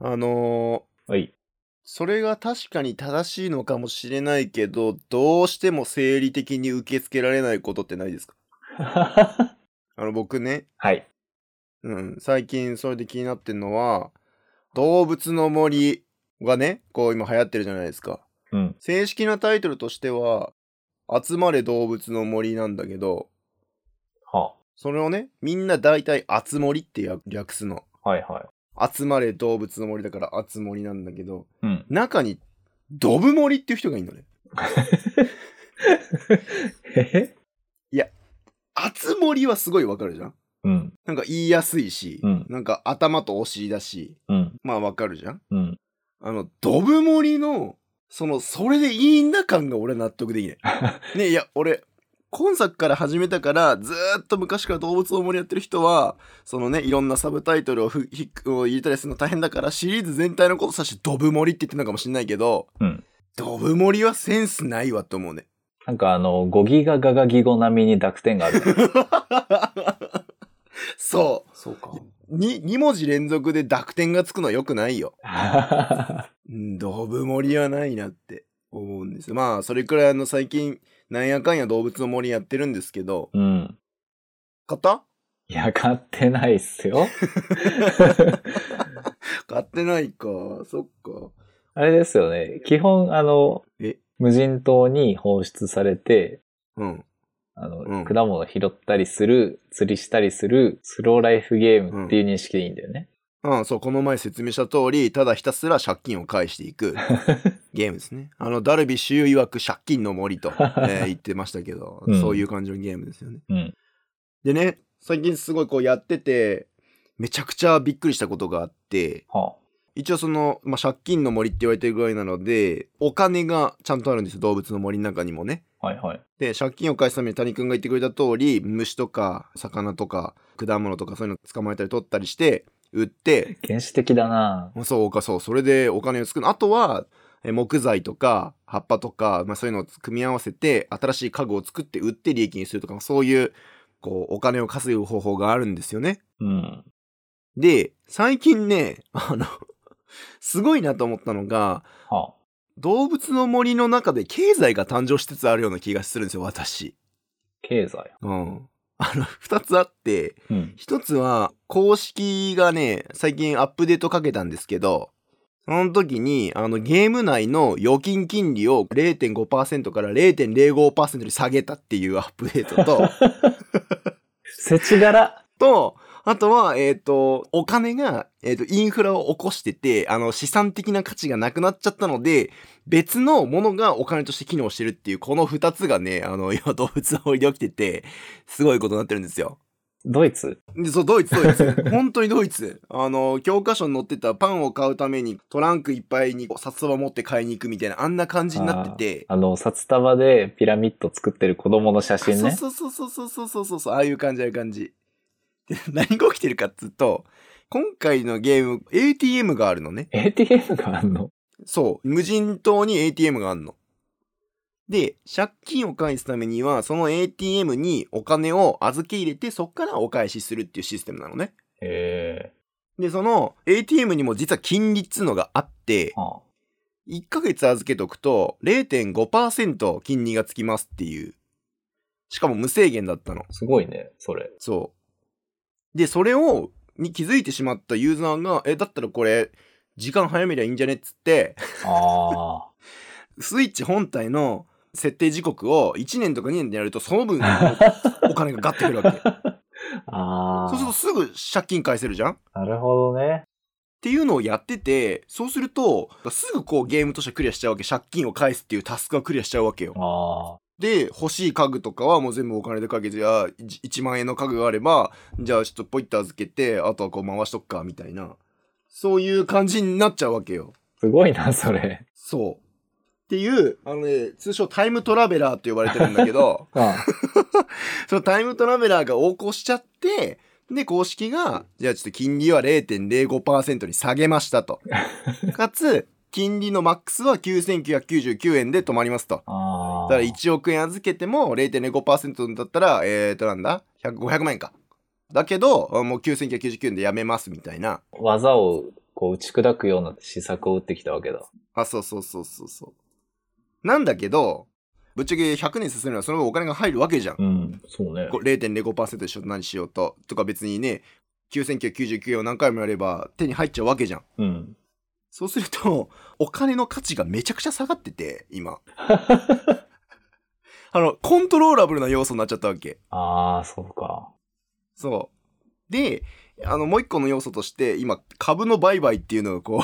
あのー はい。それが確かに正しいのかもしれないけど、どうしても生理的に受け付けられないことってないですかはあの、僕ね、い。うん、最近それで気になってるのは、動物の森がね、こう今流行ってるじゃないですか。うん。正式なタイトルとしては、集まれ動物の森なんだけど、はそれをね、みんな大体、あつ森って略略すの。あ。はいはい。集まれ動物の森だから、あつ森なんだけど、うん。中に、ドブ森っていう人がいるのね。えあつ森はすごいわかるじゃんうん。なんか言いやすいし、うんなんか頭とお尻だし、うん。まあわかるじゃんうん。あの、ドブ森の、その、それでいいんだ感が俺は納得できない。 ねいや、俺、今作から始めたから、ずーっと昔から動物を森やってる人は、そのね、いろんなサブタイトルをふひを入れたりするの大変だから、シリーズ全体のことさしてドブ森って言ってるのかもしんないけど、うんドブ森はセンスないわって思うね。 なんかあの、語ギガガガギ語並みに濁点がある。そ そうか。う。に、2文字連続で濁点がつくのは良くないよ。うん、ドブ森はないなって思うんです。まあ、それくらいあの最近、なんやかんや動物の森やってるんですけど、 うん。買ったいや、買ってないっす よ。買ってないか。そっか。あれですよね。基本、あのえ、無人島に放出されて、うん。あの、うん果物拾ったりする、釣りしたりする、スローライフゲームっていう認識でいいんだよね。うん、そう、この前説明した通り、ただひたすら借金を返してい くゲームですね。あの、ダルビッシュ有曰く借金の森と、 えー言ってましたけど、うんそういう感じのゲームですよね。うん。でね、最近すごいこうやってて、めちゃくちゃびっくりしたことがあって、は一応その、まあ、借金の森って言われてるぐらいなので、お金がちゃんとあるんですよ、動物の森の中にもね。あ。はいはい。で、借金を返すために谷くんが言ってくれた通り、虫とか魚とか果物とかそういうの捕まえたり取ったりして、売って、原始的だなそうか、そう、それでお金を作る。あとは、え木材とか葉っぱとか、まあ、そういうのを組み合わせて、新しい家具を作って売って利益にするとか、そういう、こう、お金を稼ぐ方法があるんですよね。うん。で、最近ね、あの、すごいなと思ったのが、は動物の森の中で経済が誕生しつつあるような気がするんですよ、私。経済。うん。あの、二つあって、 うん。一つは、公式がね、最近アップデートかけたんですけど、その時に、あの、ゲーム内の預金金利を0.5%から0.05%に下げたっていうアップデートと、せちがら。と、あとは、えっ、と、お金が、えっ、と、インフラを起こしてて、あの、資産的な価値がなくなっちゃったので、別のものがお金として機能してるっていう、この二つがね、あの、 今、動物の森で起きてて、すごいことになってるんですよ。ドイツで、そう、ドイツ、ドイツ。本当にドイツ。あの、教科書に載ってたパンを買うために、トランクいっぱいに札束持って買いに行くみたいな、あんな感じになってて、あの、札束でピラミッド作ってる子供の写あ真ね。そうそうそうそうそうそうそうそうああいう感じああいう感じで 何が起きてるかっつうと今回のゲーム ATM があるのね ATM があんのそう無人島に ATM があるので借金を返すためにはその ATM にお金を預け入れてそっからお返しするっていうシステムなのねへえ。でその ATM にも実は金利っつうのがあっては1ヶ月預けとくと0.5%金利がつきますっていうしかも無制限だったのあ。すごいね、それ。そう。で、それを、に気づいてしまったユーザーが、え、だったらこれ、時間早めりゃいいんじゃねっつって、あスイッチ本体の設定時刻を1年とか2年でやると、そ の分、お金がガッてくるわけ。あ。 ああ。そうするとすぐ借金返せるじゃんっなるほどね。ていうのをやってて、そうすると、すぐこうゲームとしてクリアしちゃうわけ。借金を返すっていうタスクがクリアしちゃうわけよ。ああ。で、欲しい家具とかはもう全部お金でかけて、あ、い1万円の家具があれば、じゃあちょっとポイッと預けて、あとはこう回しとくか、みたいな。そういう感じになっちゃうわけよ。すごいな、それ。、そう。っていう、あのね、通称タイムトラベラーと呼ばれてるんだけど あそのタイムトラベラーが横行しちゃって、で、公式が、じゃあちょっと金利は0.05%に下げましたと。かつ、金利のマックスは9999円で止まりますと。あだかー。ら1億円預けても0.05%だったら、えーとなんだ ?100、500万円か。だけど、あもう9999円でやめますみたいな。技をこう打ち砕くような施策を打ってきたわけだ。あ、そうそうそうそうそう。なんだけど、ぶっちゃけ100年進めるのはその分お金が入るわけじゃん。うん、そうねこう0.05%しようと何しようと。とか別にね、9999円を何回もやれば手に入っちゃうわけじゃん。うん。そうすると、お金の価値がめちゃくちゃ下がってて、 今。あの、コントローラブルな要素になっちゃったわけ。ああ、そうか。そう。で、あの、もう一個の要素として、今、株の売買っていうのがこ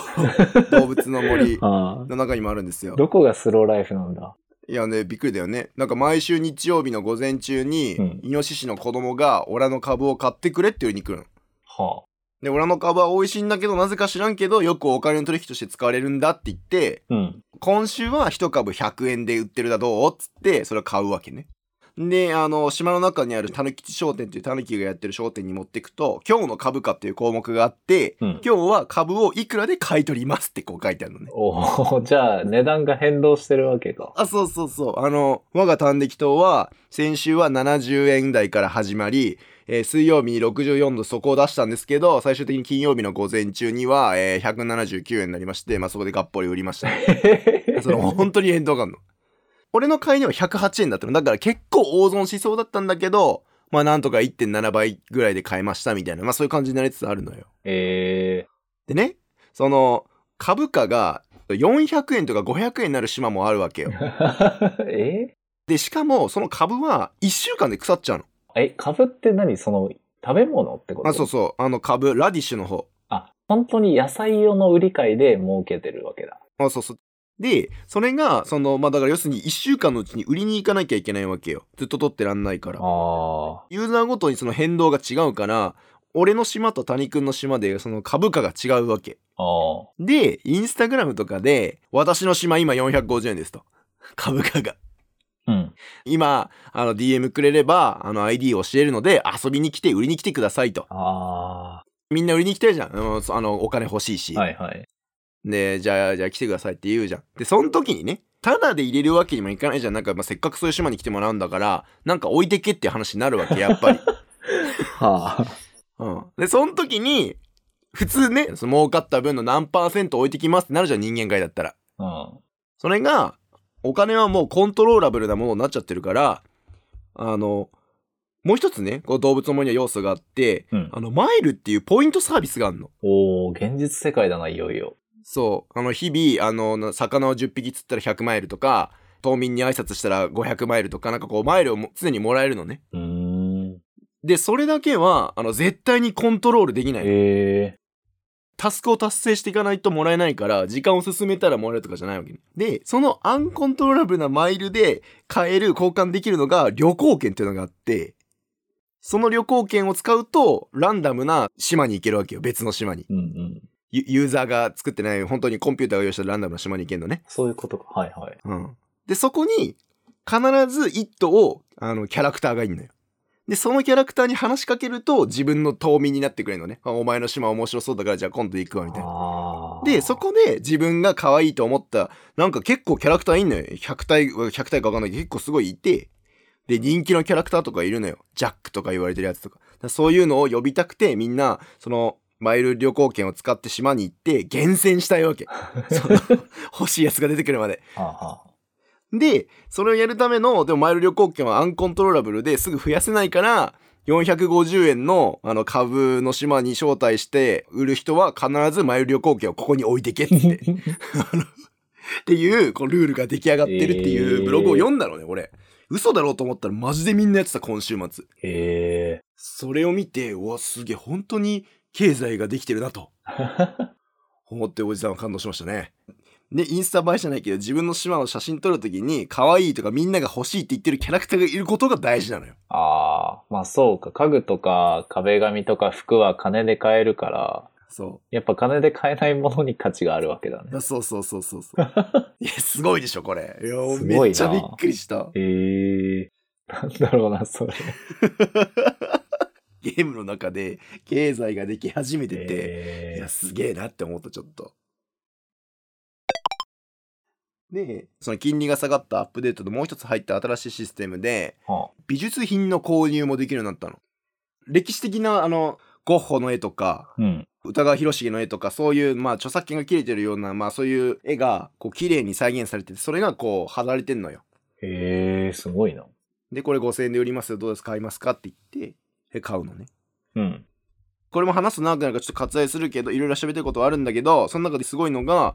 う、動物の森あの中にもあるんですよあ。。どこがスローライフなんだいやね、びっくりだよね。なんか毎週日曜日の午前中に、うんイノシシの子供が、オラの株を買ってくれっていうに来るの。はで、オラの株は美味しいんだけど、なぜか知らんけど、よくお金の取引として使われるんだって言って、あ。うん。今週は1株100円で売ってるだどうっつって、それを買うわけね。で、あの、島の中にあるたぬきち商店っていうたぬきがやってる商店に持ってくと、今日の株価っていう項目があって、うん。今日は株をいくらで買い取りますってこう書いてあるのね。おお、じゃあ値段が変動してるわけか。あ、そうそうそう。あの、我が短暦党は、先週は70円台から始まり、えー水曜日に64度そこを出したんですけど、最終的に金曜日の午前中には、えー179円になりまして、まあ、そこでがっぽり売りました。 その、本当に変動があるの。俺の買いには108円だったの。だから結構大損しそうだったんだけど、まあ、なんとか1.7倍ぐらいで買いましたみたいな、まあ、そういう感じになりつつあるのよ。 えでね、その、株価が400円とか500円になる島もあるわけよ。ー、 えで、しかも、その株は、1週間で腐っちゃうの。え、株って何その、食べ物ってことあ、そうそう。あの株、ラディッシュの方。あ、本当に野菜用の売り買いで儲けてるわけだ。あ、そうそう。で、それが、その、まあ、だから要するに1週間のうちに売りに行かなきゃいけないわけよ。ずっと取ってらんないから。あユーザーごとにその変動が違うから、俺の島と谷くんの島で、その株価が違うわけ。あ、ああ。で、インスタグラムとかで、私の島今450円ですと。 株価が。うん。今、あの、DM くれれば、あの、ID 教えるので、遊びに来て、売りに来てくださいと。あみんな売りに来たいじゃん。うんそあの、お金欲しいし。あ。はいはい。で、じゃあ、じゃあ来てくださいって言うじゃん。で、その時にね、タダで入れるわけにもいかないじゃん。なんか、まあ、せっかくそういう島に来てもらうんだから、なんか置いてけって話になるわけ、やっぱり。はあ。うん。で、その時に、普通ね、その儲かった分の何パーセント置いてきますってなるじゃん、人間界だったら。うん。それが、お金はもうコントローラブルなものになっちゃってるから、あの、もう一つね、こう動物の森には要素があって、うんあ。の、マイルっていうポイントサービスがあるの。おお、現実世界だな、いよいよ。そう。あの、日々、あの、な魚を10匹釣ったら100マイルとか、島民に挨拶したら500マイルとか、なんかこう、マイルをも常にもらえるのね。うーん。で、それだけは、あの、絶対にコントロールできない。ええタスクを達成していかないともらえないから、時間を進めたらもらえるとかじゃないわけね。で、そのアンコントローラブルなマイルで買える、交換できるのが旅行券っていうのがあって、その旅行券を使うと、ランダムな島に行けるわけよ。別の島に。うんうん。ユユーザーが作ってない、本当にコンピューターが用意したランダムな島に行けるのね。そういうことか。はいはい。うん。で、そこに、必ず一頭を、あの、キャラクターがいるのよ。で、そのキャラクターに話しかけると、自分の島民になってくれるのね。あお前の島面白そうだから、じゃあ今度行くわ、みたいな。ああ。で、そ。こで自分が可愛いと思った、なんか結構キャラクターいんのよ。100体、100体かわかんないけど、結構すごいいて、で、人気のキャラクターとかいるのよ。ジャックとか言われてるやつとか。だからそういうのを呼びたくて、みんな、その、マイル旅行券を使って島に行って、厳選したいわけ。その、欲しいやつが出てくるまで。はあはあ。で、それをやるための、でもマイル旅行券はアンコントローラブルですぐ増やせないから、450円のあの株の島に招待して売る人は必ずマイル旅行券をここに置いてけっつ って。っていう、こうルールが出来上がってるっていえうーブログを読んだのね、俺。嘘だろうと思ったらマジでみんなやってた、今週末。ええそれを見て、うわ、すげえ、本当に経済ができてるな と。思っておじさんは感動しましたね。で、インスタ映えじゃないけど、自分の島の写真撮るときに、可愛いとかみんなが欲しいって言ってるキャラクターがいることが大事なのよ。ああ、まあそうか。家具とか壁紙とか服は金で買えるから、そやっぱ金で買えないものに価値があるわけだう。ねだ。そうそうそうそう そう。いや、すごいでしょ、これ。いや、すごいなめっちゃびっくりした。 ええなんだろうな、それ。ゲームの中で経済ができ始めてて、えいや、すげえなって思った、ちょっと。で、その金利が下がったアップデートともう一つ入った新しいシステムで、は美術品の購入もできるようになったの。歴史的な、あの、ゴッホの絵とか、うん。歌川広重の絵とか、そういう、まあ、著作権が切れてるような、まあ、そういう絵が、こう、綺麗に再現されてて、それが、こう、貼られてんのよ。えー、すごいな。で、これ5000円で売りますよ、どうですか買いますかって言って、え買うのね。うん。これも話すと長くなるからちょっと割愛するけど、いろいろ喋ってることはあるんだけど、その中ですごいのが、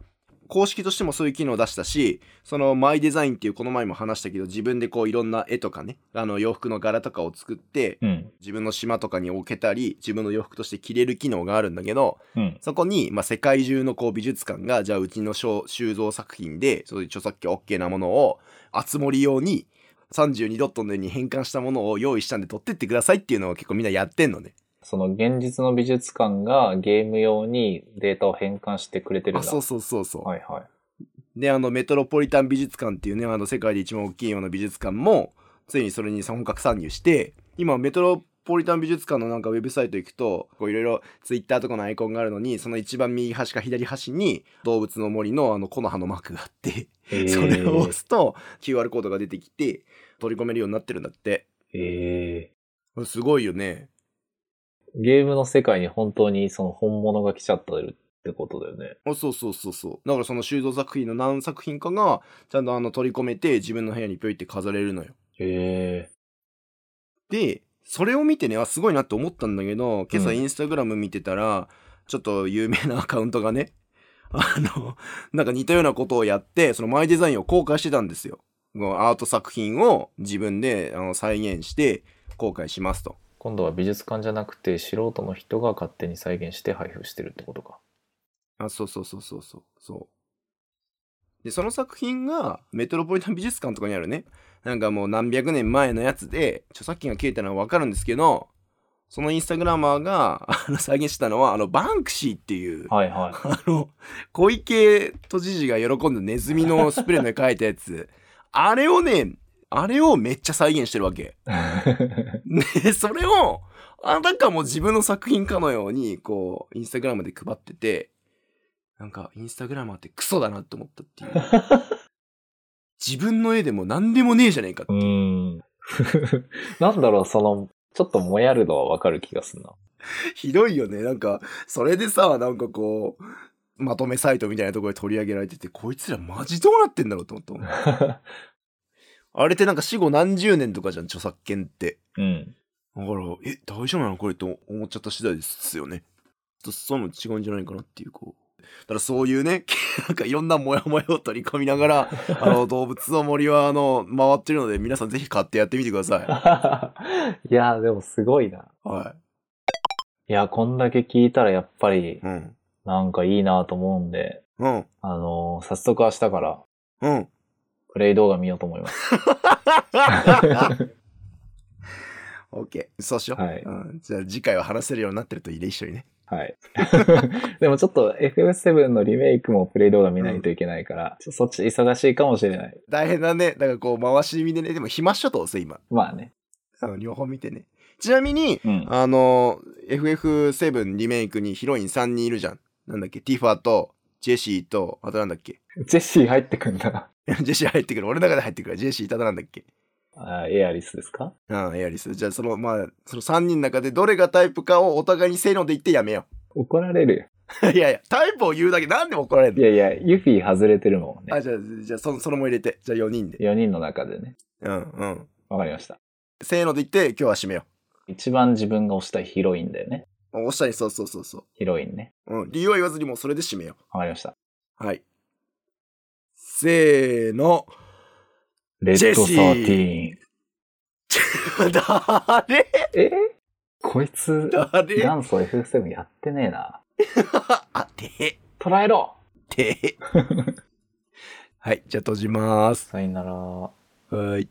公式としてもそういう機能を出したし、そのマイデザインっていうこの前も話したけど、自分でこういろんな絵とかね、あの洋服の柄とかを作って、うん。自分の島とかに置けたり、自分の洋服として着れる機能があるんだけど、うん。そこに、まあ、世界中のこう美術館が、じゃあうちの肖収蔵作品で、そういう著作権 OK なものを、集盛り用に、32ドットのように変換したものを用意したんで取ってってくださいっていうのを結構みんなやってんのね。その現実の美術館がゲーム用にデータを変換してくれてるんあ、だ。そうそうそうそう。はいはい。で、あの、メトロポリタン美術館っていうね、あの、世界で一番大きいような美術館も、ついにそれに本格参入して、今、メトロポリタン美術館のなんかウェブサイト行くと、こういろいろツイッターとかのアイコンがあるのに、その一番右端か左端に、動物の森のあの、木の葉のマークがあって、えーそれを押すと、QR コードが出てきて、取り込めるようになってるんだって。えこれすごいよね。ーゲームの世界に本当にその本物が来ちゃってるってことだよね。あそうそうそうそう。だからその修造作品の何作品かが、ちゃんとあの、取り込めて、自分の部屋にぴょいって飾れるのよ。えで、それを見てね、あ、すごいなって思ったんだけど、今朝うんインスタグラム見てたら、ちょっと有名なアカウントがね、 あの、なんか似たようなことをやって、そのマイデザインを公開してたんですよ。もうアート作品を自分であの再現して公開しますと。今度は美術館じゃなくて素人の人が勝手に再現して配布してるってことか。あ、そうそうそうそうそう。そう。で、その作品がメトロポリタン美術館とかにあるね、なんかもう何百年前のやつで、著作権が消えたのはわかるんですけど、そのインスタグラマーがあの再現したのは、あの、バンクシーっていう、はいはい。あの、小池都知事が喜んだネズミのスプレーの絵描いたやつ、あれをね、あれをめっちゃ再現してるわけ。 ね、 それを、あたかも自分の作品かのように、こう、インスタグラムで配ってて、なんか、インスタグラマーってクソだなって思ったっていう。自分の絵でも何でもねえじゃねえかう。ーん。なんだろう、その、ちょっともやるのはわかる気がすんな。ひどいよね。なんか、それでさ、なんかこう、まとめサイトみたいなところで取り上げられてて、こいつらマジどうなってんだろうと思ったもん。あれってなんか死後何十年とかじゃん、著作権って。うん。 だから、え、大丈夫なのこれと思っちゃった次第ですよね。ちょっとそういうの違うんじゃないかなっていう、こう。だからそういうね、 なんかいろんなモヤモヤを取り込みながら、 あの、動物の森は、あの、回ってるので、皆さんぜひ買ってやってみてくださいやー、でもすごいな。い。はいやー、こんだけ聞いたらやっぱりい。う、ん。なんかいいなと思うんで、うん。あのー早速明日から、うん。プレイ動画見ようと思います。 オッケー。そうしよう。はいうん、じゃあ次回は話せるようになってるといいね、一緒にね。はい。 でもちょっと FM7 のリメイクもプレイ動画見ないといけないから、ちょそっち忙しいかもしれない。大変だね。だからこう、回し見でね、でも暇っしょと、どうせ今。まあね。あの両方見てね。ちなみに、うん。あの、FF7 リメイクにヒロイン3人いるじゃん。なんだっけ、ティファと、ジェシーと、あとなんだっけ。 ジェシー入ってくんだ。ジェシー入ってくる。俺の中で入ってくる。ジェシーとあとなんだっけ。あーエアリスですかうん、エアリス。じゃあ、その、まあ、その3人の中でどれがタイプかをお互いにせーので言ってやめよ怒られるう。 いやいや、タイプを言うだけなんで怒られるよ。いやいや、ユフィ外れてるもんのあ、ね。じゃあ、じゃあ、その、それも入れて。じゃあ4人で。 4人の中でね。うん、うん。わかりました。せーので言って、今日は締めよ一番自分が推したいヒロインだよね。う。おっしゃり、そうそうそうそヒロインね。う。うん、理由は言わずにもうそれで締めよわかりました。う。はい。せーの。 レジェッドシーサーティーン。誰えこいつ、誰元祖 FF7 やってねえな。あ、て、捉えろて。はい、じゃあ閉じます。さよなら。はい。